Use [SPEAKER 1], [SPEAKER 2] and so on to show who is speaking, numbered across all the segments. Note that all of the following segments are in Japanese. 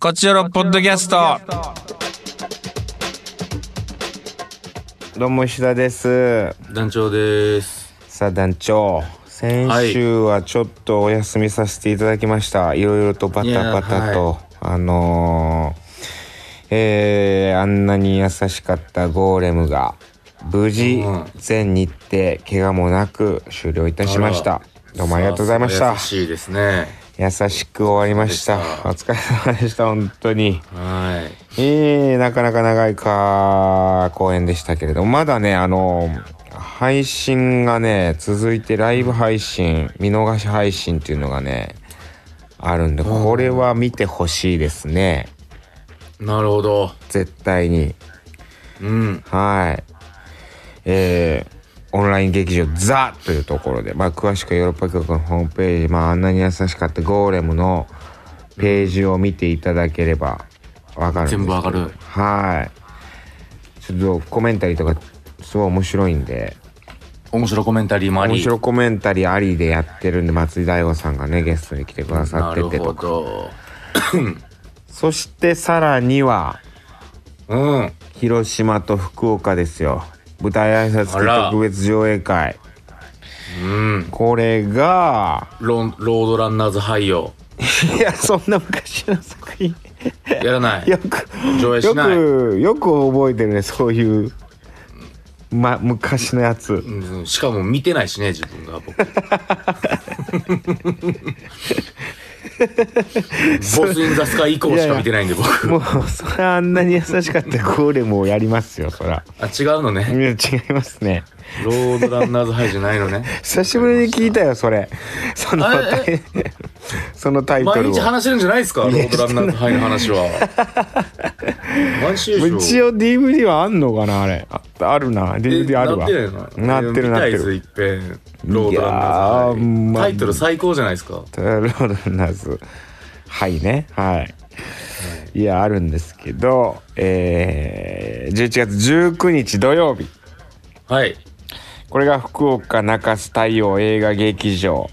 [SPEAKER 1] こちらのポッドキャスト。
[SPEAKER 2] どうも石田です
[SPEAKER 3] 団長です
[SPEAKER 2] さあ団長先週はちょっとお休みさせていただきました、い、ろいろとバタバタ
[SPEAKER 3] いや
[SPEAKER 2] と、あのーえーあんなに優しかったゴーレムが無事
[SPEAKER 3] うん
[SPEAKER 2] 全日程怪我もなく終了いたしましたどうもありがとうございまし
[SPEAKER 3] さ
[SPEAKER 2] た
[SPEAKER 3] あ優しいですね
[SPEAKER 2] 優しく終わりましたお疲れ様でした本当に
[SPEAKER 3] は
[SPEAKER 2] えー、なかなか長いか公演でしたけれどまだねあの配信がね続いてライブ配信見逃し配信っていうのがねあるんでこれは見てほしいですね
[SPEAKER 3] いなるほど
[SPEAKER 2] 絶対に
[SPEAKER 3] うん
[SPEAKER 2] はいえーオンライン劇場「ザ」というところで、まあ、詳しくはヨーロッパ局のホームページ、まあ、あんなに優しかったゴーレムのページを見ていただければわかるんですけど
[SPEAKER 3] 全部わかる
[SPEAKER 2] はい。ちょっとコメンタリーとかすごい面白いんで、
[SPEAKER 3] 面白コメンタリーもあり
[SPEAKER 2] 面白コメンタリーありでやってるんで、松井大悟さんがね、ゲストに来てくださ
[SPEAKER 3] な
[SPEAKER 2] って
[SPEAKER 3] る
[SPEAKER 2] て
[SPEAKER 3] ほ
[SPEAKER 2] とか。
[SPEAKER 3] ど
[SPEAKER 2] そしてさらには、
[SPEAKER 3] うん
[SPEAKER 2] 広島と福岡ですよ。舞台挨拶
[SPEAKER 3] あら
[SPEAKER 2] 特別上映会。
[SPEAKER 3] うん
[SPEAKER 2] これが、
[SPEAKER 3] ロンロードランナーズハイを
[SPEAKER 2] いや、そんな昔の作品。
[SPEAKER 3] やらない
[SPEAKER 2] よく、
[SPEAKER 3] 上映
[SPEAKER 2] よ
[SPEAKER 3] しない
[SPEAKER 2] く、よく覚えてるね、そういう、ま、昔のやつ。
[SPEAKER 3] うんしかも見てないしね自分が 僕ボス・イン・ザ・スカイ以降しか見てないんで僕
[SPEAKER 2] もうそれあんなに優しかったらゴーレムをやりますよそら
[SPEAKER 3] あ違うの
[SPEAKER 2] い
[SPEAKER 3] ね
[SPEAKER 2] や違いますね
[SPEAKER 3] ロードランナーズハイじゃないのね
[SPEAKER 2] 久しぶりに聞いたよそれその
[SPEAKER 3] あれ
[SPEAKER 2] タイそのタイトル
[SPEAKER 3] 毎
[SPEAKER 2] を
[SPEAKER 3] 日話してるんじゃないですかロードランナーズハイの話は 毎週でし
[SPEAKER 2] 一
[SPEAKER 3] ょ
[SPEAKER 2] 応 DVD はあんのかなあれああるな DVD あるわ
[SPEAKER 3] なってる
[SPEAKER 2] な
[SPEAKER 3] な
[SPEAKER 2] っ
[SPEAKER 3] ってて
[SPEAKER 2] る
[SPEAKER 3] る
[SPEAKER 2] なってる
[SPEAKER 3] 見たいですいっぺんロードランナーズ
[SPEAKER 2] いやー
[SPEAKER 3] ハイ
[SPEAKER 2] まあ
[SPEAKER 3] タイトル最高じゃないですか
[SPEAKER 2] ロードナーズはいねはいいやあるんですけどえー、11月19日土曜日
[SPEAKER 3] はい
[SPEAKER 2] これが福岡中洲太陽映画劇場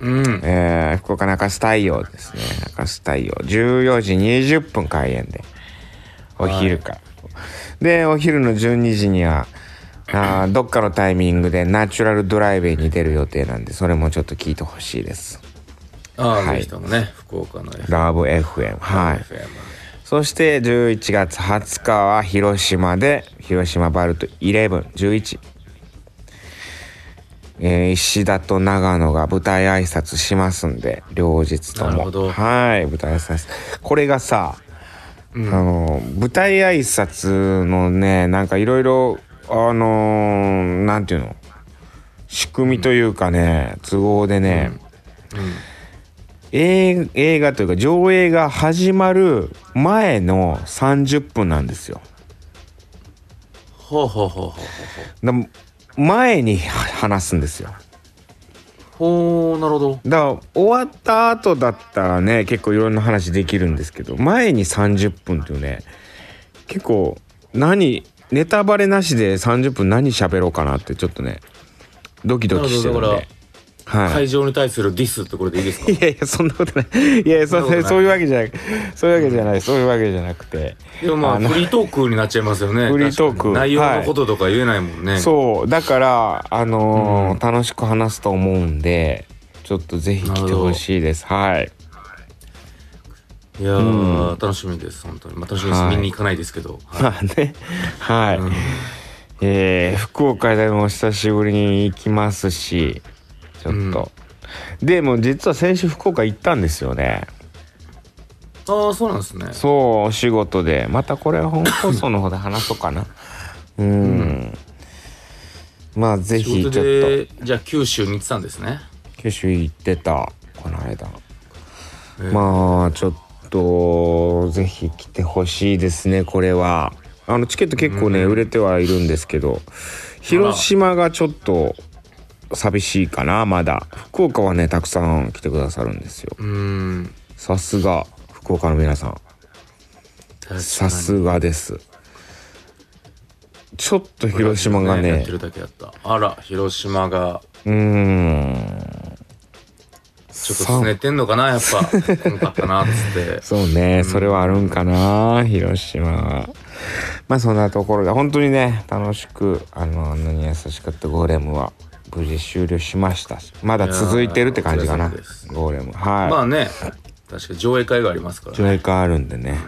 [SPEAKER 3] うん
[SPEAKER 2] えー福岡中洲太陽ですね中洲太陽14時20分開演でお昼から、でお昼の12時にはあーどっかのタイミングでナチュラルドライブに出る予定なんでそれもちょっと聞いてほしいです
[SPEAKER 3] ああ、
[SPEAKER 2] は
[SPEAKER 3] はいい、もね福岡の FM
[SPEAKER 2] ラブ FM はいそして11月20日は広島で広島バルト1111えー石田と長野が舞台挨拶しますんで両日とも
[SPEAKER 3] なるほど
[SPEAKER 2] はい舞台挨拶これがさ、あの舞台挨拶のねなんかいろいろあのーなんていうの仕組みというかね、都合でね、映映画というか上映が始まる前の30分なんですよ。
[SPEAKER 3] ほうほうほうほうほう
[SPEAKER 2] だ前に話すんですよ。
[SPEAKER 3] ほうほうなるほど
[SPEAKER 2] だから終わった後だったらね結構いろんな話できるんですけど前に30分っていうね結構何ネタバレなしで30分何喋ろうかなってちょっとねドキドキしてるんで
[SPEAKER 3] なるほどだ
[SPEAKER 2] はい、
[SPEAKER 3] 会場に対するディスってこれでいいです か
[SPEAKER 2] いやいやそんなことないいやいやそ
[SPEAKER 3] そんなことない
[SPEAKER 2] そういうわけじゃなくそういうわけじゃないそういうわけじゃなくて
[SPEAKER 3] でもま
[SPEAKER 2] あ
[SPEAKER 3] あ
[SPEAKER 2] の
[SPEAKER 3] フリートークになっちゃいますよね
[SPEAKER 2] フリートーク
[SPEAKER 3] 確かに内容のこととか言えないもんね、
[SPEAKER 2] そうだからあのー楽しく話すと思うんでちょっとぜひ来てほしいですはい
[SPEAKER 3] いやー、楽しみです、本当に。まあ、楽しみです。
[SPEAKER 2] はい
[SPEAKER 3] 見に行かないですけど。はい
[SPEAKER 2] まあ ねはい、えー福岡でも久しぶりに行きますしちょっと、でも実は先週福岡行ったんですよね
[SPEAKER 3] ああ、そうなんですね。
[SPEAKER 2] そうお仕事でまたこれは本放送の方で話そうかなうん、まあぜひ
[SPEAKER 3] 仕
[SPEAKER 2] ちょ
[SPEAKER 3] 事
[SPEAKER 2] っと
[SPEAKER 3] で、じゃあ九州に行ってたんですね。
[SPEAKER 2] 九州行ってたこの間、
[SPEAKER 3] えー
[SPEAKER 2] まあちょっとぜひ来てほしいですねこれはあのチケット結構ね、売れてはいるんですけど広島がちょっと寂しいかなまだ福岡はねたくさん来てくださるんですよ
[SPEAKER 3] うーん。
[SPEAKER 2] さすが福岡の皆さん
[SPEAKER 3] 確かに
[SPEAKER 2] さすがですちょっと広島が
[SPEAKER 3] やっ
[SPEAKER 2] ね
[SPEAKER 3] てるだけだった。あら、広島が。
[SPEAKER 2] うーん
[SPEAKER 3] ちょっと拗ねてんのかなやっぱ寒かったなっ つって
[SPEAKER 2] そうね、それはあるんかな広島はまあそんなところで本当にね楽しくあのあんなに優しかったゴーレムは無事終了しましたしまだ続いてるって感じか
[SPEAKER 3] い
[SPEAKER 2] な
[SPEAKER 3] やーお疲れ様です
[SPEAKER 2] ゴーレムはい、
[SPEAKER 3] まあね確かに上映会がありますから
[SPEAKER 2] 上
[SPEAKER 3] ね
[SPEAKER 2] 映会あるんでね、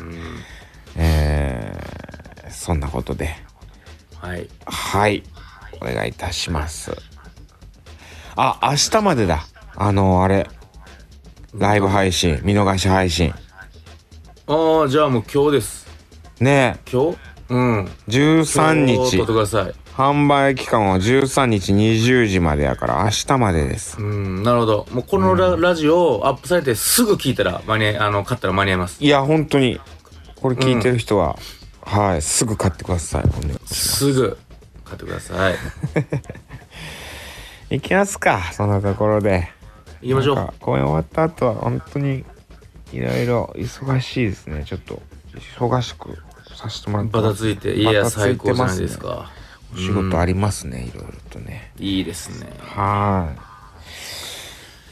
[SPEAKER 2] えーそんなことで
[SPEAKER 3] はい
[SPEAKER 2] はいお願いいたしますあ明日までだあのあれライブ配信見逃し配信
[SPEAKER 3] ああじゃあもう今日です
[SPEAKER 2] ね
[SPEAKER 3] 今日うん
[SPEAKER 2] え13
[SPEAKER 3] 今日
[SPEAKER 2] 日
[SPEAKER 3] 撮ってください
[SPEAKER 2] 販売期間は13日20時までやから明日までです
[SPEAKER 3] うんなるほどもうこのラ,、ラジオアップされてすぐ聞いたら間に合いあの買ったら間に合います
[SPEAKER 2] いや本当にこれ聞いてる人は、はいすぐ買ってくださいお願い
[SPEAKER 3] すぐ買ってください
[SPEAKER 2] 行きますかそんなところで
[SPEAKER 3] 行きましょ
[SPEAKER 2] なん
[SPEAKER 3] う
[SPEAKER 2] か公演終わった後は本当にいろいろ忙しいですねちょっと忙しくさせてもらって
[SPEAKER 3] バ
[SPEAKER 2] ます
[SPEAKER 3] タついていや
[SPEAKER 2] バタついて
[SPEAKER 3] 最高じゃないです
[SPEAKER 2] ますね
[SPEAKER 3] か
[SPEAKER 2] お仕事ありますねいろいろとね
[SPEAKER 3] いいですね
[SPEAKER 2] は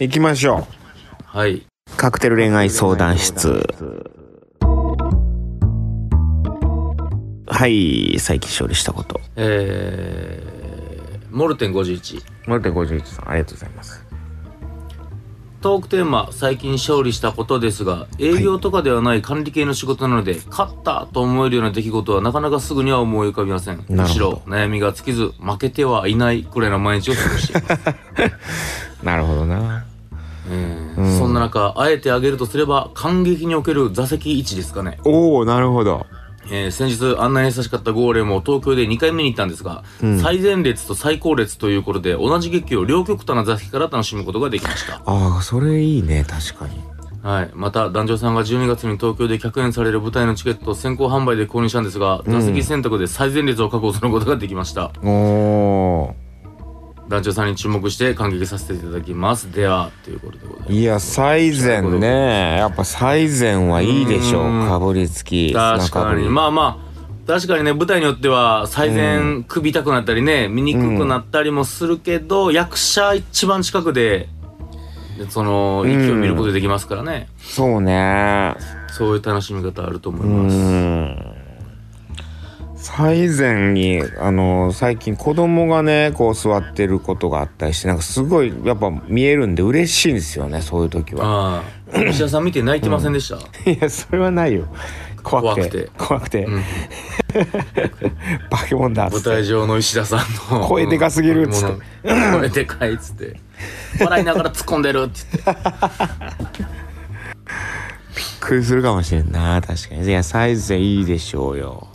[SPEAKER 2] い行きましょ
[SPEAKER 3] はい。
[SPEAKER 2] うカクテル恋愛相談室はい最近勝利したこと
[SPEAKER 3] えー、モルテン51。
[SPEAKER 2] マルテ51さんありがとうございます
[SPEAKER 3] トークテーマ、最近勝利したことですが、営業とかではない管理系の仕事なので、勝ったと思えるような出来事はなかなかすぐには思い浮かびません。
[SPEAKER 2] なる
[SPEAKER 3] む
[SPEAKER 2] ほ
[SPEAKER 3] し
[SPEAKER 2] ど
[SPEAKER 3] ろ、悩みが尽きず、負けてはいないくらいの毎日を過ごしています。
[SPEAKER 2] なるほどな
[SPEAKER 3] えーそんな中、あえてあげるとすれば、感激における座席位置ですかね。
[SPEAKER 2] おおなるほど
[SPEAKER 3] えー先日あんなに優しかったゴーレムを東京で2回目に行ったんですが、最前列と最後列ということで同じ劇を両極端な座席から楽しむことができました、
[SPEAKER 2] ああそれいいね確かに
[SPEAKER 3] はい、また団長さんが12月に東京で客演される舞台のチケットを先行販売で購入したんですが、座席選択で最前列を確保することができました
[SPEAKER 2] おお
[SPEAKER 3] 団長さんに注目して感激させていただきますではということでございます
[SPEAKER 2] いや最前ねやっぱ最前はいいでしょうかぶりつき
[SPEAKER 3] 確
[SPEAKER 2] 砂
[SPEAKER 3] か
[SPEAKER 2] ぶり
[SPEAKER 3] にまあまあ確かにね舞台によっては最善首痛くなったりね、見にくくなったりもするけど、役者一番近くででその息を見ることできますからね、
[SPEAKER 2] そうね
[SPEAKER 3] そういう楽しみ方あると思いうます、
[SPEAKER 2] ん最前にあの最近子供がねこう座ってることがあったりしてなんかすごいやっぱ見えるんで嬉しいんですよねそういう時は
[SPEAKER 3] ああ石田さん見て泣いてませんでした、
[SPEAKER 2] いやそれはないよ怖くて怖くて
[SPEAKER 3] うん
[SPEAKER 2] バケモンだっつ
[SPEAKER 3] 舞
[SPEAKER 2] って
[SPEAKER 3] 台上の石田さんの
[SPEAKER 2] 声でかすぎるっつって
[SPEAKER 3] うん声でかいっつって笑いながら突っ込んでるっつって
[SPEAKER 2] 工夫するかもしれんな確かにいやサイズでいいでしょうよ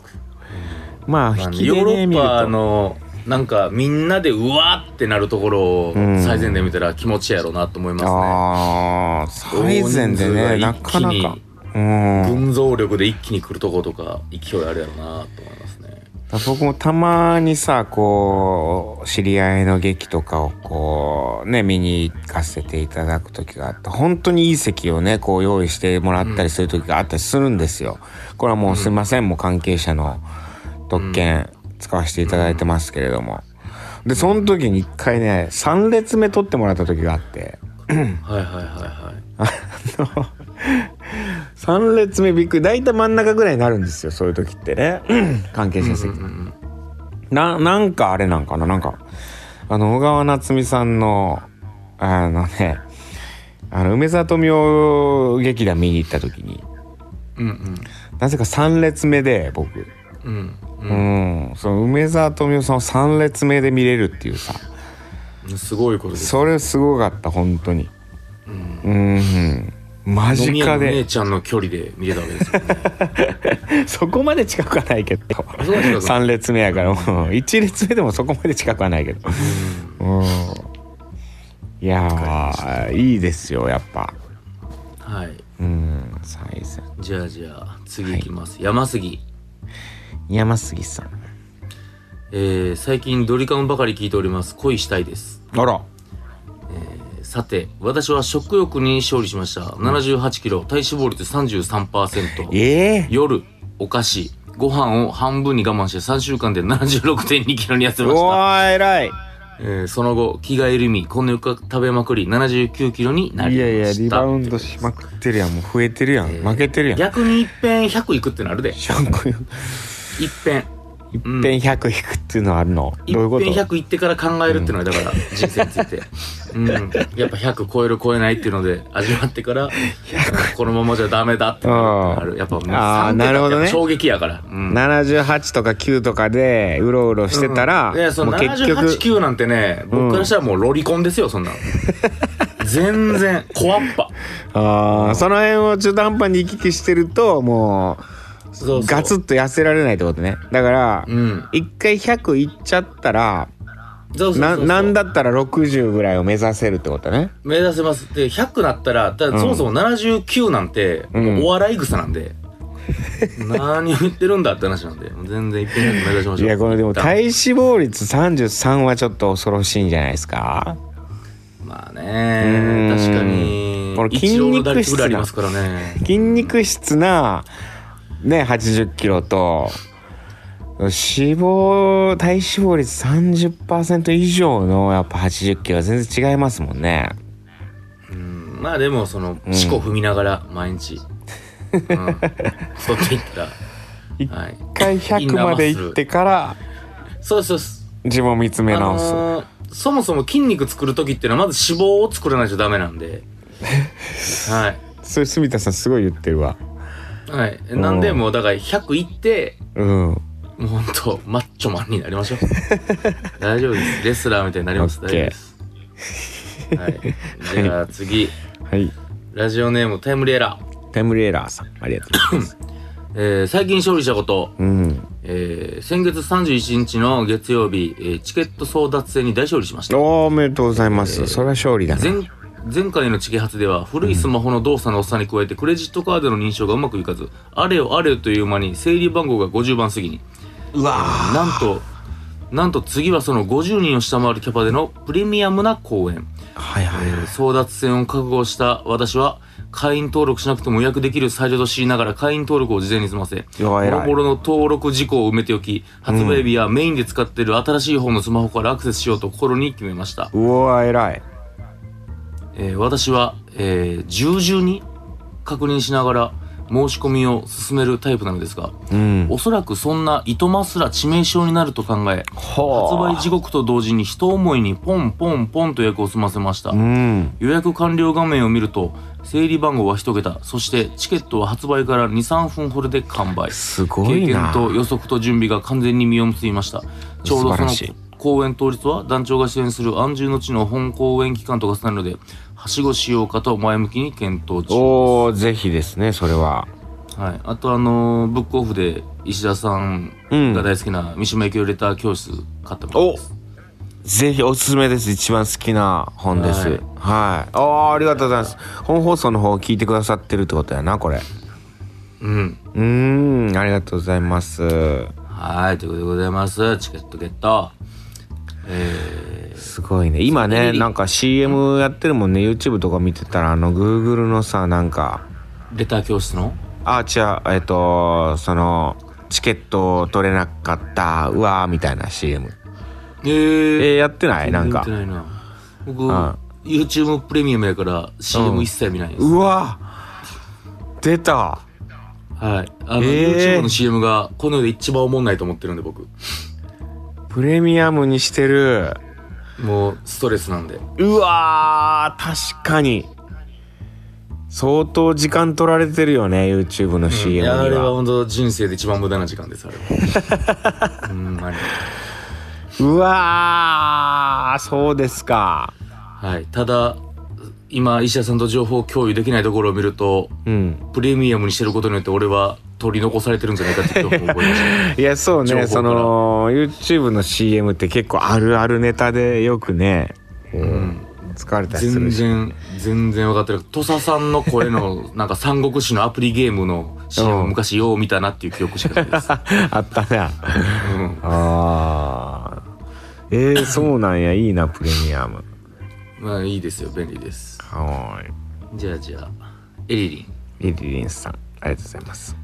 [SPEAKER 2] まあ
[SPEAKER 3] あ
[SPEAKER 2] 引
[SPEAKER 3] の
[SPEAKER 2] き
[SPEAKER 3] ヨ
[SPEAKER 2] で
[SPEAKER 3] ーロ
[SPEAKER 2] ね見
[SPEAKER 3] ッ
[SPEAKER 2] る
[SPEAKER 3] パ
[SPEAKER 2] と
[SPEAKER 3] のなんかみんなでうわーってなるところを最前で見たら気持ちやろうなと思いま
[SPEAKER 2] ああ最前でねな
[SPEAKER 3] 大人
[SPEAKER 2] か
[SPEAKER 3] 数
[SPEAKER 2] な
[SPEAKER 3] が
[SPEAKER 2] か
[SPEAKER 3] 一
[SPEAKER 2] う
[SPEAKER 3] すね
[SPEAKER 2] ん
[SPEAKER 3] 群像力で一気に来るところとか勢いあるやろうなと思いますね
[SPEAKER 2] 僕もたまにさこう知り合いの劇とかをこうね見に行かせていただく時があって本当にいい席をねこう用意してもらったりする時があったりするんですよ。これはもうすいません、もう関係者の特権使わせていただいてますけれども。でその時に一回ね3列目取ってもらった時があって。
[SPEAKER 3] はいはいはいはい
[SPEAKER 2] 3列目びっくり大体真ん中ぐらいになるんですよそういう時ってね 関係者席、ななんかあれなんかななんかあの小川夏美さんのあのねあの梅沢富美男劇団見に行った時に
[SPEAKER 3] うん
[SPEAKER 2] なぜか3列目で僕
[SPEAKER 3] うんうん
[SPEAKER 2] うん、その梅沢富美男さんを3列目で見れるっていうさ
[SPEAKER 3] うんすごいことです
[SPEAKER 2] それすごかった本当に
[SPEAKER 3] うん
[SPEAKER 2] うん間
[SPEAKER 3] 飲み
[SPEAKER 2] 近
[SPEAKER 3] 屋の姉
[SPEAKER 2] で
[SPEAKER 3] ちゃんの距離で見れたわけですよ ね
[SPEAKER 2] そこまで近くはないけど
[SPEAKER 3] そうですよ
[SPEAKER 2] 3列目やからもう1列目でもそこまで近くはないけどうんいやーいいですよやっぱ
[SPEAKER 3] はい
[SPEAKER 2] うん最善
[SPEAKER 3] じゃあじゃあ次いきます、山杉
[SPEAKER 2] 山杉さん
[SPEAKER 3] えー、最近ドリカムばかり聞いております恋したいです
[SPEAKER 2] あら
[SPEAKER 3] さて私は食欲に勝利しました7 8キロ体脂肪率33%
[SPEAKER 2] ええ
[SPEAKER 3] 夜お菓子ご飯を半分に我慢して3週間で7 6 2キロに痩せまし
[SPEAKER 2] お
[SPEAKER 3] た
[SPEAKER 2] ー偉い
[SPEAKER 3] えーその後、気が緩み、こんな床食べまくり、79キロになり
[SPEAKER 2] い
[SPEAKER 3] ま
[SPEAKER 2] や
[SPEAKER 3] し
[SPEAKER 2] い
[SPEAKER 3] た。
[SPEAKER 2] やリバウンドしまくってるやんもう増えてるやん、負けてるやん
[SPEAKER 3] 逆に一遍100いくってなるで。
[SPEAKER 2] 100
[SPEAKER 3] 一遍。
[SPEAKER 2] いっぺん100引くっていうのはあるの、
[SPEAKER 3] 一
[SPEAKER 2] どういうこ
[SPEAKER 3] 遍
[SPEAKER 2] と
[SPEAKER 3] 100いってから考えるっていうのは、だから、人生について。うん。やっぱ100超える超えないっていうので、味わってから、このままじゃダメだってなる。やっぱもう、
[SPEAKER 2] あーなるほどね
[SPEAKER 3] 衝撃やから。うん。
[SPEAKER 2] 78とか9とかでうろうろしてたら、
[SPEAKER 3] いやその
[SPEAKER 2] もう結
[SPEAKER 3] 78、
[SPEAKER 2] 局
[SPEAKER 3] 9なんてね、僕からしたらもうロリコンですよ、そ んなん。全然、怖っぱ。
[SPEAKER 2] あーその辺を中途半端に行き来してるとも
[SPEAKER 3] そううそう
[SPEAKER 2] ガツッと痩せられないってことねだから、
[SPEAKER 3] うん。
[SPEAKER 2] 一回100いっちゃったら
[SPEAKER 3] そうそうそう
[SPEAKER 2] な
[SPEAKER 3] そう
[SPEAKER 2] なんだったら60ぐらいを目指せるってことね
[SPEAKER 3] 目指せます。で、100なったら、ただそもそも79なんて、
[SPEAKER 2] ん
[SPEAKER 3] もうお笑い草なんで、 何を言ってるんだって話なんで、もう全然一遍100目指しまし
[SPEAKER 2] い
[SPEAKER 3] ょう。
[SPEAKER 2] やこれでも体脂肪率33はちょっと恐ろしいんじゃないですか
[SPEAKER 3] まあ
[SPEAKER 2] うん
[SPEAKER 3] ね、確かに。
[SPEAKER 2] これ筋
[SPEAKER 3] 一郎の
[SPEAKER 2] 肉質な
[SPEAKER 3] 打率ぐらいありますからね。
[SPEAKER 2] 筋肉質なね80キロと脂肪体脂肪率30%以上のやっぱ80キロは全然違いますもんね
[SPEAKER 3] うんまあでも、その、四股踏みながら、毎日、うん、 太っていった
[SPEAKER 2] 一
[SPEAKER 3] ら、はい。
[SPEAKER 2] 回100まで行ってから
[SPEAKER 3] そうですそうです。
[SPEAKER 2] 自分を見つめ
[SPEAKER 3] あ
[SPEAKER 2] 直す、
[SPEAKER 3] のーそもそも筋肉作る時っていうのは、まず脂肪を作らないとダメなん で、はい。
[SPEAKER 2] それ住田さんすごい言ってるわ
[SPEAKER 3] はい。なんで、もう、だから、100いって、
[SPEAKER 2] うん
[SPEAKER 3] もうほんと、マッチョマンになり ましょう。大丈夫です。レスラーみたいになります。
[SPEAKER 2] オッ
[SPEAKER 3] 大
[SPEAKER 2] ケ
[SPEAKER 3] 丈
[SPEAKER 2] ー
[SPEAKER 3] 夫です。はい。じゃあ次、
[SPEAKER 2] はい
[SPEAKER 3] ラジオネームタイムリエラー。
[SPEAKER 2] タイムレーラーさんありがとうございます
[SPEAKER 3] えー最近勝利したこと、
[SPEAKER 2] うん
[SPEAKER 3] えー先月31日の月曜日、えーチケット争奪戦に大勝利しました。
[SPEAKER 2] おめでとうございます、それは勝利だね
[SPEAKER 3] 前前回のチケハツでは古いスマホの動作のおっさんに加えてクレジットカードの認証がうまくいかずあれよあれよという間に整理番号が50番過ぎに
[SPEAKER 2] うわ
[SPEAKER 3] なんとなんと次はその50人を下回るキャパでのプレミアムな公演、
[SPEAKER 2] はいはい
[SPEAKER 3] えー争奪戦を覚悟した私は会員登録しなくても予約できるサイトと知りながら会員登録を事前に済ませ
[SPEAKER 2] うわ
[SPEAKER 3] ボ
[SPEAKER 2] 偉い
[SPEAKER 3] ロボロの登録事項を埋めておき発売日やメインで使っている新しい方のスマホからアクセスしようと心に決めました、
[SPEAKER 2] うわ偉い
[SPEAKER 3] えー私は、えー、従々に確認しながら申し込みを進めるタイプなのですが、
[SPEAKER 2] うん
[SPEAKER 3] おそらくそんな糸ますら致命傷になると考え発
[SPEAKER 2] ほ
[SPEAKER 3] 売時刻と同時に一思いにポンポンポンと予約を済ませました、
[SPEAKER 2] うん
[SPEAKER 3] 予約完了画面を見ると整理番号は1桁そしてチケットは発売から23分ほどで完売
[SPEAKER 2] すご
[SPEAKER 3] 経
[SPEAKER 2] い
[SPEAKER 3] 験
[SPEAKER 2] な
[SPEAKER 3] と予測と準備が完全に実を結びましたちょうど
[SPEAKER 2] 素
[SPEAKER 3] そ
[SPEAKER 2] 晴
[SPEAKER 3] の
[SPEAKER 2] らしい
[SPEAKER 3] 公演当日は団長が主演する安住の地の本公演期間と重なるのではしごしようかと前向きに検討中
[SPEAKER 2] おおぜひですねそれは
[SPEAKER 3] はい、あとあのーブックオフで石田さんが大好きな三島由紀夫レター教室買ったものです、
[SPEAKER 2] ぜひおすすめです一番好きな本ですはい、ああありがとうございます本放送の方を聞いてくださってるってことやなこれ
[SPEAKER 3] うん
[SPEAKER 2] うーんありがとうございます
[SPEAKER 3] はいということでございますチケットゲットえー、
[SPEAKER 2] すごいね今ね
[SPEAKER 3] リリ
[SPEAKER 2] なんか CM やってるもんね YouTube とか見てたらあの Google のさなんか
[SPEAKER 3] レター教室の
[SPEAKER 2] あー違うえっとそのチケット取れなかったうわーみたいな CM
[SPEAKER 3] えー
[SPEAKER 2] えー、やってないなんか
[SPEAKER 3] 全然見てないな僕、
[SPEAKER 2] ん
[SPEAKER 3] YouTube プレミアムやから CM 一切見ないです、
[SPEAKER 2] うわ出た
[SPEAKER 3] はいあの、
[SPEAKER 2] えー
[SPEAKER 3] YouTube の CM がこの世で一番おもんないと思ってるんで僕
[SPEAKER 2] プレミアムにしてる
[SPEAKER 3] もうストレスなんで
[SPEAKER 2] うわー確かに相当時間取られてるよね YouTube の CM
[SPEAKER 3] い
[SPEAKER 2] に
[SPEAKER 3] やあれは
[SPEAKER 2] は、
[SPEAKER 3] 本当人生で一番無駄な時間ですあれ はほんまに
[SPEAKER 2] うわーそうですか
[SPEAKER 3] はいただ今石田さんと情報共有できないところを見ると
[SPEAKER 2] うん
[SPEAKER 3] プレミアムにしてることによって俺は取り残されてるんじゃないかっていう情報を覚えました
[SPEAKER 2] いやそう
[SPEAKER 3] 情報か
[SPEAKER 2] ね
[SPEAKER 3] ら
[SPEAKER 2] その YouTube の CM って結構あるあるネタでよくね、うん、使われたりす
[SPEAKER 3] 全
[SPEAKER 2] るし
[SPEAKER 3] 然全然分かってる土佐さんの声のなんか三国志のアプリゲームの CM を昔よう見たなっていう記憶しかない で す、
[SPEAKER 2] あったね
[SPEAKER 3] うん
[SPEAKER 2] あーえー、そうなんやいいなプレミアム
[SPEAKER 3] まあいいですよ便利です
[SPEAKER 2] はーい
[SPEAKER 3] じゃあじゃあエリリン
[SPEAKER 2] リリリンさんありがとうございます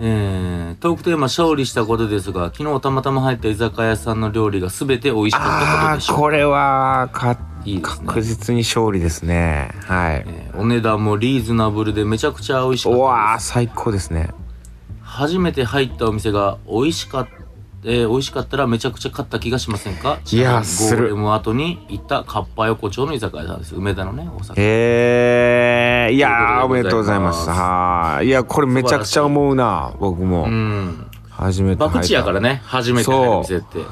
[SPEAKER 3] ええー、トークテーマ勝利したことですが昨日たまたま入った居酒屋さんの料理が全て美味しかったこと
[SPEAKER 2] あ
[SPEAKER 3] でし
[SPEAKER 2] あ
[SPEAKER 3] ょう
[SPEAKER 2] これはか
[SPEAKER 3] いいですね
[SPEAKER 2] 確実に勝利ですねはい、
[SPEAKER 3] えーお値段もリーズナブルでめちゃくちゃ美味しかっ
[SPEAKER 2] う
[SPEAKER 3] た
[SPEAKER 2] わ
[SPEAKER 3] で
[SPEAKER 2] ー
[SPEAKER 3] す
[SPEAKER 2] 最高ですね
[SPEAKER 3] 初めて入ったお店が美味しかった、えー美味しかったらめちゃくちゃ買った気がしませんか
[SPEAKER 2] いやーする
[SPEAKER 3] ゴーレム後に行ったカッパ横丁の居酒屋さんです梅田のね大阪
[SPEAKER 2] えー、いやーお
[SPEAKER 3] と
[SPEAKER 2] め
[SPEAKER 3] いうことでございま
[SPEAKER 2] で
[SPEAKER 3] す
[SPEAKER 2] とうございますはーいいやこれめちゃくちゃ思うな僕も、
[SPEAKER 3] うん
[SPEAKER 2] 初めて入った
[SPEAKER 3] 博打やからね初めて入る店って
[SPEAKER 2] だか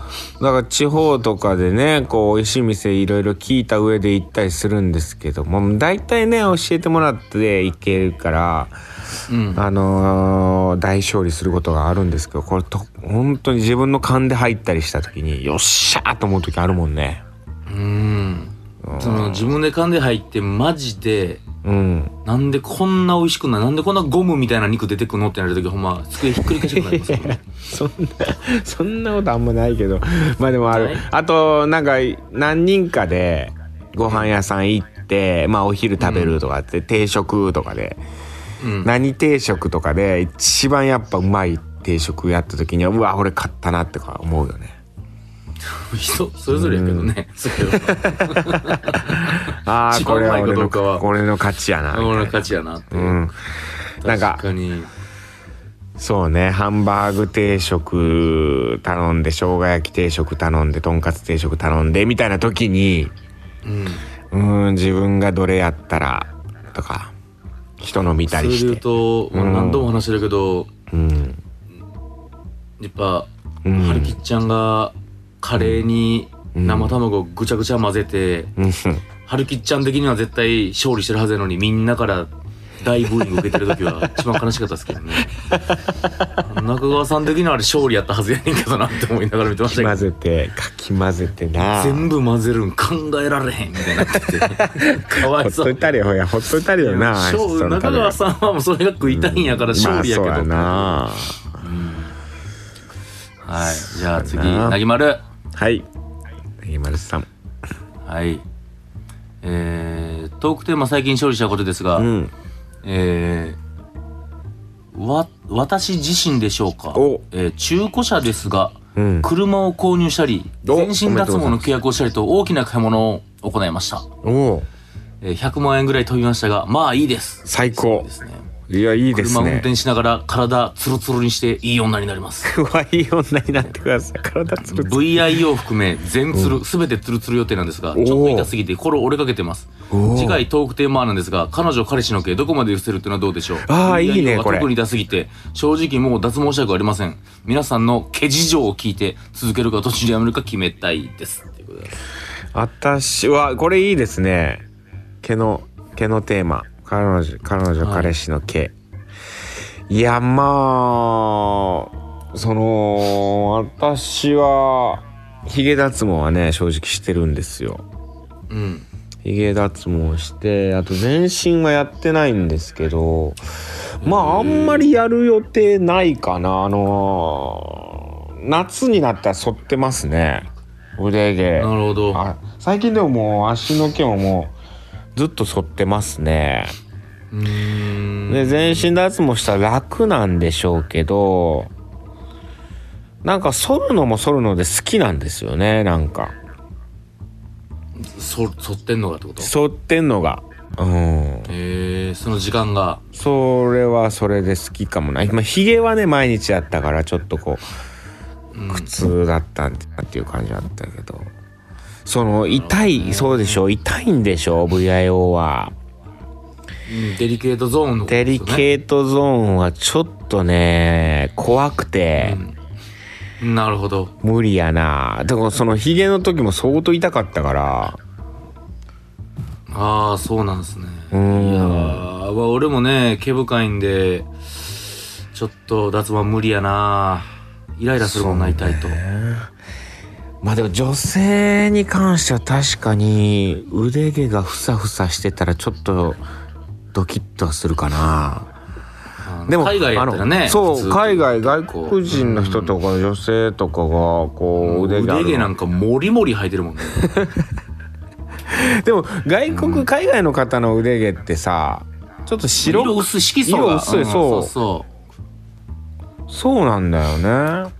[SPEAKER 2] ら地方とかでねこう美味しい店いろいろ聞いた上で行ったりするんですけども大体ね教えてもらって行けるから、
[SPEAKER 3] うん
[SPEAKER 2] あのー大勝利することがあるんですけどこれと本当に自分の勘で入ったりした時によっしゃーと思う時あるもんね
[SPEAKER 3] うんその自分で噛んで入ってマジで
[SPEAKER 2] うん
[SPEAKER 3] なんでこんな美味しくないなんでこんなゴムみたいな肉出てくんのってなるときほんま机ひっくり返したくなります よね
[SPEAKER 2] そんなそんなことあんまないけどまあでもある、
[SPEAKER 3] はい
[SPEAKER 2] あとなんか何人かでご飯屋さん行ってまあお昼食べるとかって、定食とかで。
[SPEAKER 3] うん
[SPEAKER 2] 何定食とかで一番やっぱうまい定食やった時にはうわ俺買ったなってか思うよね
[SPEAKER 3] 人それぞれやけ どねそれは
[SPEAKER 2] ああ
[SPEAKER 3] 一番
[SPEAKER 2] これは
[SPEAKER 3] うまい
[SPEAKER 2] 俺
[SPEAKER 3] かど
[SPEAKER 2] の
[SPEAKER 3] うかは
[SPEAKER 2] 俺の勝ちやなみたい
[SPEAKER 3] 俺
[SPEAKER 2] な
[SPEAKER 3] の勝ちやなって
[SPEAKER 2] うんなんか
[SPEAKER 3] 確かに
[SPEAKER 2] そうねハンバーグ定食頼んで生姜焼き定食頼んでとんかつ定食頼んでみたいな時に
[SPEAKER 3] うん
[SPEAKER 2] うーん自分がどれやったらとか人の見た
[SPEAKER 3] それ
[SPEAKER 2] り
[SPEAKER 3] で言
[SPEAKER 2] し
[SPEAKER 3] う
[SPEAKER 2] て
[SPEAKER 3] ともう何度も話してるけど
[SPEAKER 2] うん
[SPEAKER 3] やっぱ
[SPEAKER 2] うん
[SPEAKER 3] はるきっちゃんがカレーに生卵をぐちゃぐちゃ混ぜて
[SPEAKER 2] うん
[SPEAKER 3] はるきっちゃん的には絶対勝利してるはずやのにみんなから大ブーイング受けてる時は一番悲しかったですけ どね中川さん的にはあれ勝利やったはずやねんけどなって思いながら見てましたけど
[SPEAKER 2] 混ぜてかき混ぜてな
[SPEAKER 3] 全部混ぜるん考えられへんみたいになって てかわ
[SPEAKER 2] ほっ
[SPEAKER 3] いそ
[SPEAKER 2] と
[SPEAKER 3] う
[SPEAKER 2] いたりほやほっといたりよなあいつ
[SPEAKER 3] 勝
[SPEAKER 2] その
[SPEAKER 3] 中
[SPEAKER 2] ために
[SPEAKER 3] 川さんはもうそれが食いたいんやから勝利やけど、
[SPEAKER 2] まあ、そうな
[SPEAKER 3] はいじゃあ次
[SPEAKER 2] そうやな
[SPEAKER 3] なぎまる
[SPEAKER 2] はいネギマルさん
[SPEAKER 3] はいえー、トークテーマ最近勝利したことですが、
[SPEAKER 2] ん
[SPEAKER 3] えーわ私自身でしょうか
[SPEAKER 2] お、
[SPEAKER 3] えー中古車ですが、
[SPEAKER 2] うん
[SPEAKER 3] 車を購入したり
[SPEAKER 2] お
[SPEAKER 3] 全身脱毛の契約をしたりと大きな買い物を行いました、
[SPEAKER 2] おお
[SPEAKER 3] えー100万円ぐらい飛びましたがまあいいです
[SPEAKER 2] 最高
[SPEAKER 3] ですね
[SPEAKER 2] いやいいです
[SPEAKER 3] 車運
[SPEAKER 2] ね
[SPEAKER 3] 転しながら体ツルツルにしていい女になります
[SPEAKER 2] うわいい女になってください体つぶつ
[SPEAKER 3] VIO 含め全ツル、すべてツルツル予定なんですが、ちょ
[SPEAKER 2] お
[SPEAKER 3] っ
[SPEAKER 2] ー
[SPEAKER 3] と痛すぎて心折れかけてます
[SPEAKER 2] お。ー
[SPEAKER 3] 次回トークテーマなんですが、彼女彼氏の毛どこまで許せるっていうのはどうでしょう
[SPEAKER 2] あー
[SPEAKER 3] VIO
[SPEAKER 2] いいねこれ
[SPEAKER 3] は特に痛すぎて、正直もう脱毛したくありません。皆さんの毛事情を聞いて、続けるか途中でやめるか決めたいです。っていうことです
[SPEAKER 2] 私はこれいいですね毛の毛のテーマ彼女彼女
[SPEAKER 3] はい
[SPEAKER 2] 彼氏の毛、い、やまあその私はヒゲ脱毛はね正直してるんですよ
[SPEAKER 3] うん。
[SPEAKER 2] ヒゲ脱毛してあと全身はやってないんですけどまああんまりやる予定ないかなあのー夏になったら剃ってますね腕毛
[SPEAKER 3] なるほど。
[SPEAKER 2] あ最近でももう足の毛ももうずっと剃ってますね
[SPEAKER 3] うーん。
[SPEAKER 2] で全身脱毛したら楽なんでしょうけどなんか剃るのも剃るので好きなんですよねなんか
[SPEAKER 3] そ、そってんのかってこと
[SPEAKER 2] 剃ってんのがうん
[SPEAKER 3] えー、その時間が。
[SPEAKER 2] それはそれで好きかもな。まあ、ヒゲはね、毎日やったから、ちょっとこ
[SPEAKER 3] う
[SPEAKER 2] う、
[SPEAKER 3] ん
[SPEAKER 2] 苦痛だったんだっていう感じだったけど。その、痛い、そうでしょ痛いんでしょ ?VIO は。
[SPEAKER 3] うんデリケートゾーンのこと
[SPEAKER 2] デリ
[SPEAKER 3] ですよね
[SPEAKER 2] ケートゾーンはちょっとね、怖くて、
[SPEAKER 3] なるほど。
[SPEAKER 2] 無理やな。でも、そのヒゲの時も相当痛かったから、
[SPEAKER 3] ああそうなんですねいや
[SPEAKER 2] ん
[SPEAKER 3] ーまあ俺もね毛深いんでちょっと脱毛無理やなイライラするもんな痛いと
[SPEAKER 2] まあでも女性に関しては確かに腕毛がふさふさしてたらちょっとドキッとはするかな。
[SPEAKER 3] あの
[SPEAKER 2] でも
[SPEAKER 3] 海外やったらね
[SPEAKER 2] あのそ
[SPEAKER 3] 普
[SPEAKER 2] う
[SPEAKER 3] 通
[SPEAKER 2] 海外外国人の人とか女性とかがこう腕毛あ
[SPEAKER 3] 腕
[SPEAKER 2] る
[SPEAKER 3] 毛なんかモリモリ生えてるもんね
[SPEAKER 2] でも外国海外の方の腕毛ってさちょっと白
[SPEAKER 3] 色薄い色素が
[SPEAKER 2] 色薄い
[SPEAKER 3] うん
[SPEAKER 2] そう
[SPEAKER 3] そうそ
[SPEAKER 2] そうなんだよね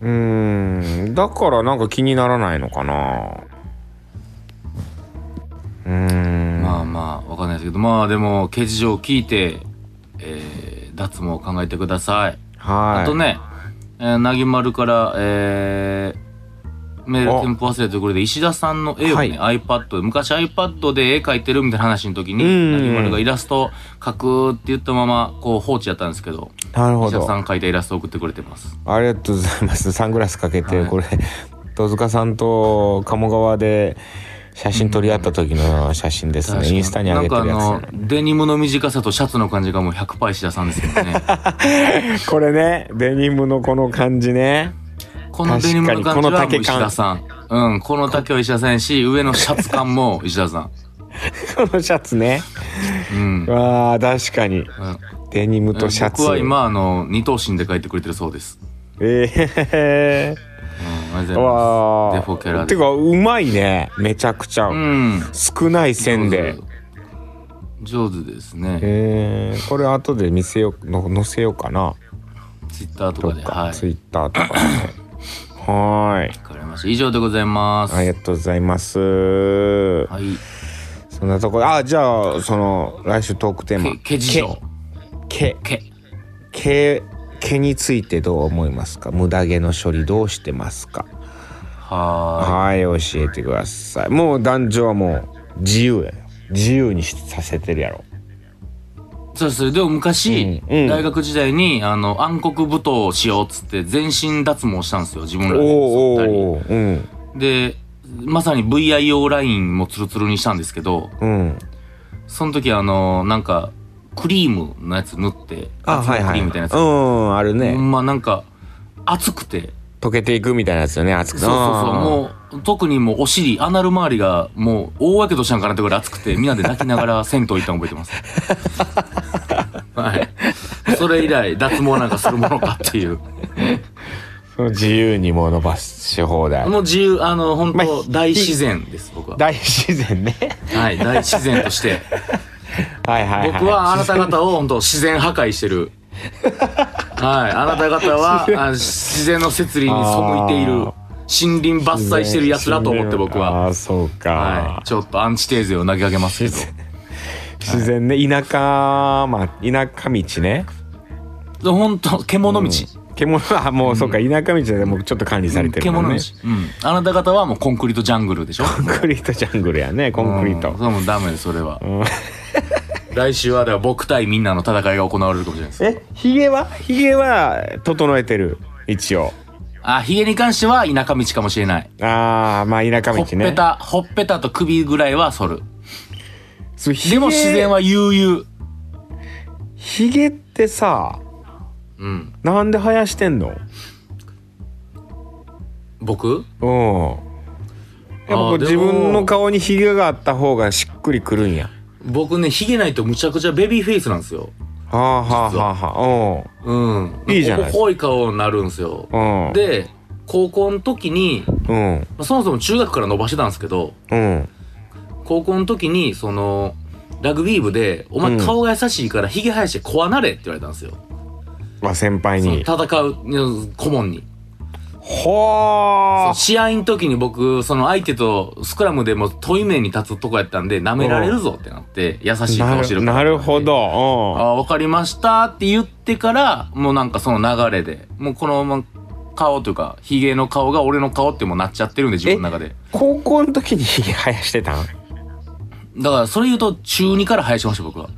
[SPEAKER 2] うーんだからなんか気にならないのかなうーん
[SPEAKER 3] まあまあわかんないですけどまあでも刑事上を聞いて、えー、脱毛を考えてください、
[SPEAKER 2] はい
[SPEAKER 3] あとね、えー、なぎまるから、えー、メー
[SPEAKER 2] あ
[SPEAKER 3] ル添付忘れてくれで石田さんの絵をね、
[SPEAKER 2] は
[SPEAKER 3] iPad 昔 iPad で絵描いてるみたいな話の時
[SPEAKER 2] う
[SPEAKER 3] に
[SPEAKER 2] ん
[SPEAKER 3] なぎまるがイラスト描くって言ったままこう放置やったんですけど
[SPEAKER 2] なるほ
[SPEAKER 3] 石田
[SPEAKER 2] ど
[SPEAKER 3] さん描いたイラストを送ってくれてます
[SPEAKER 2] ありがとうございます。 サングラスかけて、
[SPEAKER 3] はい
[SPEAKER 2] これ、戸塚さんと鴨川で写真撮り合った時の写真ですね。インスタに上げてる
[SPEAKER 3] なん
[SPEAKER 2] や
[SPEAKER 3] かあのデニムの短さとシャツの感じがもう100%石田さんですよね
[SPEAKER 2] つ。これね、デニムのこの感じね。
[SPEAKER 3] このデニムの
[SPEAKER 2] 確かに
[SPEAKER 3] 感じ
[SPEAKER 2] この
[SPEAKER 3] はもう
[SPEAKER 2] 丈
[SPEAKER 3] 石
[SPEAKER 2] 感
[SPEAKER 3] 田さんうんこの丈は石田さんやし上のシャツ感も石田さ
[SPEAKER 2] このシャツね。
[SPEAKER 3] んうん、
[SPEAKER 2] わあ、確かに。
[SPEAKER 3] うん
[SPEAKER 2] デニムとシャツ。
[SPEAKER 3] 僕は今あの二頭身で描いてくれてるそうです。
[SPEAKER 2] ええ
[SPEAKER 3] うん、ありがとうござい
[SPEAKER 2] ー。わ
[SPEAKER 3] ま
[SPEAKER 2] あ。
[SPEAKER 3] す。デフォキャラで。
[SPEAKER 2] てか、うまいね。めちゃくちゃ。
[SPEAKER 3] うん。
[SPEAKER 2] 少ない線で。
[SPEAKER 3] 上手。上手ですね。
[SPEAKER 2] ええー、これ後で見せよう、の載せようかな。
[SPEAKER 3] ツイッターと
[SPEAKER 2] と
[SPEAKER 3] かで、
[SPEAKER 2] か、
[SPEAKER 3] はい。
[SPEAKER 2] ツイッターとかね。 はーい。
[SPEAKER 3] わかりました。以上でございます。
[SPEAKER 2] ありがとうございます。
[SPEAKER 3] はい。
[SPEAKER 2] そんなとこあ、じゃあ、その、来週トークテーマ
[SPEAKER 3] け、。け事情。
[SPEAKER 2] け、
[SPEAKER 3] け。
[SPEAKER 2] け、毛についてどう思いますか無駄毛の処理どうしてますか
[SPEAKER 3] は
[SPEAKER 2] はい、教えてください。もう男女はもう自由やよ。自由にしさせてるやろ。
[SPEAKER 3] ーい。そうです。でも昔、
[SPEAKER 2] うんうん
[SPEAKER 3] 大学時代に、あの、暗黒舞踏をしようっつって、全身脱毛したんですよ。自分
[SPEAKER 2] お
[SPEAKER 3] ら
[SPEAKER 2] ー
[SPEAKER 3] で剃ったり。
[SPEAKER 2] おーおー
[SPEAKER 3] で、まさに VIO ラインもツルツルにしたんですけど、
[SPEAKER 2] うん。うん。
[SPEAKER 3] その時あのなんかクリームのやつ塗って
[SPEAKER 2] あ、
[SPEAKER 3] 厚め
[SPEAKER 2] はい
[SPEAKER 3] のク
[SPEAKER 2] はい。
[SPEAKER 3] リー
[SPEAKER 2] う
[SPEAKER 3] ムみたいなやつ、
[SPEAKER 2] ん、ある
[SPEAKER 3] ほ
[SPEAKER 2] ね。
[SPEAKER 3] んまなんか熱くて
[SPEAKER 2] 溶けていくみたいなやつよね、熱く
[SPEAKER 3] そうそうそうもう特にもうお尻アナル周りがもう大やけどしたんかなってぐらい熱くてみんなで泣きながら銭湯行ったの覚えてます はいそれ以来脱毛なんかするものかっていう
[SPEAKER 2] う。自由にもう伸ばす手法だよ。
[SPEAKER 3] もう自由あの本
[SPEAKER 2] まあ
[SPEAKER 3] 当大自然です僕は
[SPEAKER 2] 大自然ね。
[SPEAKER 3] はい大自然として
[SPEAKER 2] はいはい、はい。
[SPEAKER 3] 僕はあなた方を本当自然破壊し てるはいあなた方はあ自然の摂理に背いている
[SPEAKER 2] あ
[SPEAKER 3] 森林伐採してるやつらと思って僕は、
[SPEAKER 2] ああ、そう
[SPEAKER 3] は
[SPEAKER 2] か
[SPEAKER 3] い、。ちょっとアンチテーゼを投げかけますけど
[SPEAKER 2] 自然ね、田舎、まあ、田舎道ね。
[SPEAKER 3] で本当獣道、
[SPEAKER 2] 獣はもう、そうか、田舎道でもうちょっと管理されてるもん
[SPEAKER 3] 獣
[SPEAKER 2] ね
[SPEAKER 3] 道。、うん、あなた方はもうコンクリートジャングルでしょ
[SPEAKER 2] コンクリートジャングルやね、コンクリート
[SPEAKER 3] うん。そうもうダメですそれは、来週はでは僕対みんなの戦いが行われるかもしれないです
[SPEAKER 2] え、ヒゲはヒゲは整えてる。一応。
[SPEAKER 3] あヒゲに関しては田舎道かもしれない
[SPEAKER 2] ああ、まあ田舎
[SPEAKER 3] ほ
[SPEAKER 2] 道
[SPEAKER 3] っぺ
[SPEAKER 2] ね。
[SPEAKER 3] たほっぺたと首ぐらいは剃る
[SPEAKER 2] そうヒゲ
[SPEAKER 3] でも自然は悠々
[SPEAKER 2] ヒゲってさ、
[SPEAKER 3] うん
[SPEAKER 2] なんで生やしてんの
[SPEAKER 3] 僕
[SPEAKER 2] うん。やっぱこう
[SPEAKER 3] あーでも
[SPEAKER 2] 自分の顔にヒゲがあった方がしっくりくるんや。
[SPEAKER 3] 僕ねヒゲないとむちゃくちゃベビーフェイスなんですよ
[SPEAKER 2] はあはあはあはあ。
[SPEAKER 3] うん
[SPEAKER 2] いいじゃない
[SPEAKER 3] ここ濃い顔になるんですよ
[SPEAKER 2] うん。うん。
[SPEAKER 3] で高校の時にま
[SPEAKER 2] うん。
[SPEAKER 3] あそもそも中学から伸ばしてたんですけど
[SPEAKER 2] うん。
[SPEAKER 3] 高校の時にそのラグビー部で「お前
[SPEAKER 2] うん
[SPEAKER 3] 顔が優しいからヒゲ生やして怖なれ」って言われたんですよ、
[SPEAKER 2] まあ先輩
[SPEAKER 3] その
[SPEAKER 2] に。
[SPEAKER 3] 戦ううん顧問にそ
[SPEAKER 2] ほ
[SPEAKER 3] の試合の時に僕その相手とスクラムでも遠い面に立つとこやったんで舐められるぞってなって優しい
[SPEAKER 2] な
[SPEAKER 3] 顔して
[SPEAKER 2] る
[SPEAKER 3] るから
[SPEAKER 2] なるほど。
[SPEAKER 3] あわかりましたって言ってから、もうなんかその流れで、もうこのまま顔というか、ヒゲの顔が俺の顔ってもうなっちゃってるんで、自分の中で。
[SPEAKER 2] うん。高校の時にヒゲ生やしてたん
[SPEAKER 3] だから、それ言うと、中2から生やしまし た、僕は。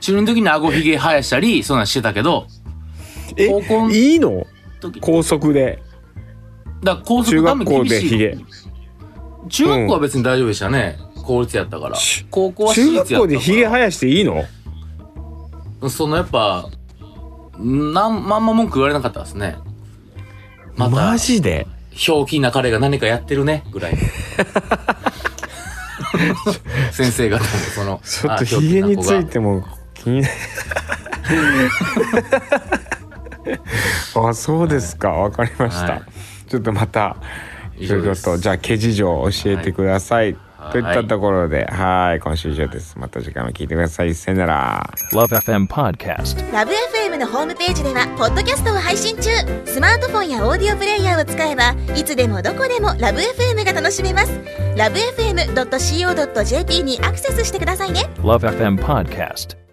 [SPEAKER 3] 中2の時に顎ひげ生やしたり、そんなんしてたけど、
[SPEAKER 2] え
[SPEAKER 3] 高校、の
[SPEAKER 2] いいの
[SPEAKER 3] 時
[SPEAKER 2] 高速で。
[SPEAKER 3] だから高
[SPEAKER 2] 中
[SPEAKER 3] 速ダメ
[SPEAKER 2] 学校
[SPEAKER 3] 厳
[SPEAKER 2] で
[SPEAKER 3] し
[SPEAKER 2] ヒ
[SPEAKER 3] い
[SPEAKER 2] ゲ
[SPEAKER 3] よ。。中学校は別に大丈夫でしたね。公立やったから
[SPEAKER 2] し。
[SPEAKER 3] 高校は私
[SPEAKER 2] 中
[SPEAKER 3] 立やっ
[SPEAKER 2] 学
[SPEAKER 3] たから。
[SPEAKER 2] 校でヒゲ生やしていいの
[SPEAKER 3] そのやっぱ、なん、まんま文句言われなかったですね。また、
[SPEAKER 2] マジで
[SPEAKER 3] ひょうきんな彼が何かやってるね、ぐ らいの。先生が、その、
[SPEAKER 2] ちょっ
[SPEAKER 3] あ
[SPEAKER 2] と
[SPEAKER 3] ひょう
[SPEAKER 2] ヒ
[SPEAKER 3] き
[SPEAKER 2] ゲ
[SPEAKER 3] んな
[SPEAKER 2] に
[SPEAKER 3] 子
[SPEAKER 2] つ
[SPEAKER 3] が
[SPEAKER 2] いても気になる。あ、そうですか。わかりまし
[SPEAKER 3] は
[SPEAKER 2] た
[SPEAKER 3] い。
[SPEAKER 2] ちょっとまた。
[SPEAKER 3] 以
[SPEAKER 2] という
[SPEAKER 3] 上
[SPEAKER 2] こ
[SPEAKER 3] で
[SPEAKER 2] と
[SPEAKER 3] す。
[SPEAKER 2] じゃあ毛事情を教えてください、
[SPEAKER 3] はい
[SPEAKER 2] といったところではい今週以上ですまた次回も聞いてくださいさよなら
[SPEAKER 1] Love FM Podcast.
[SPEAKER 4] ラブ f m の
[SPEAKER 1] のホームページではポッドキャストを配信中スマートフォンやオーディオプレイヤーを使えばいつでもどこでもラブ f m が楽しめますラブ FM.co.jp にアクセスしてくださいね
[SPEAKER 4] Love FM Podcast.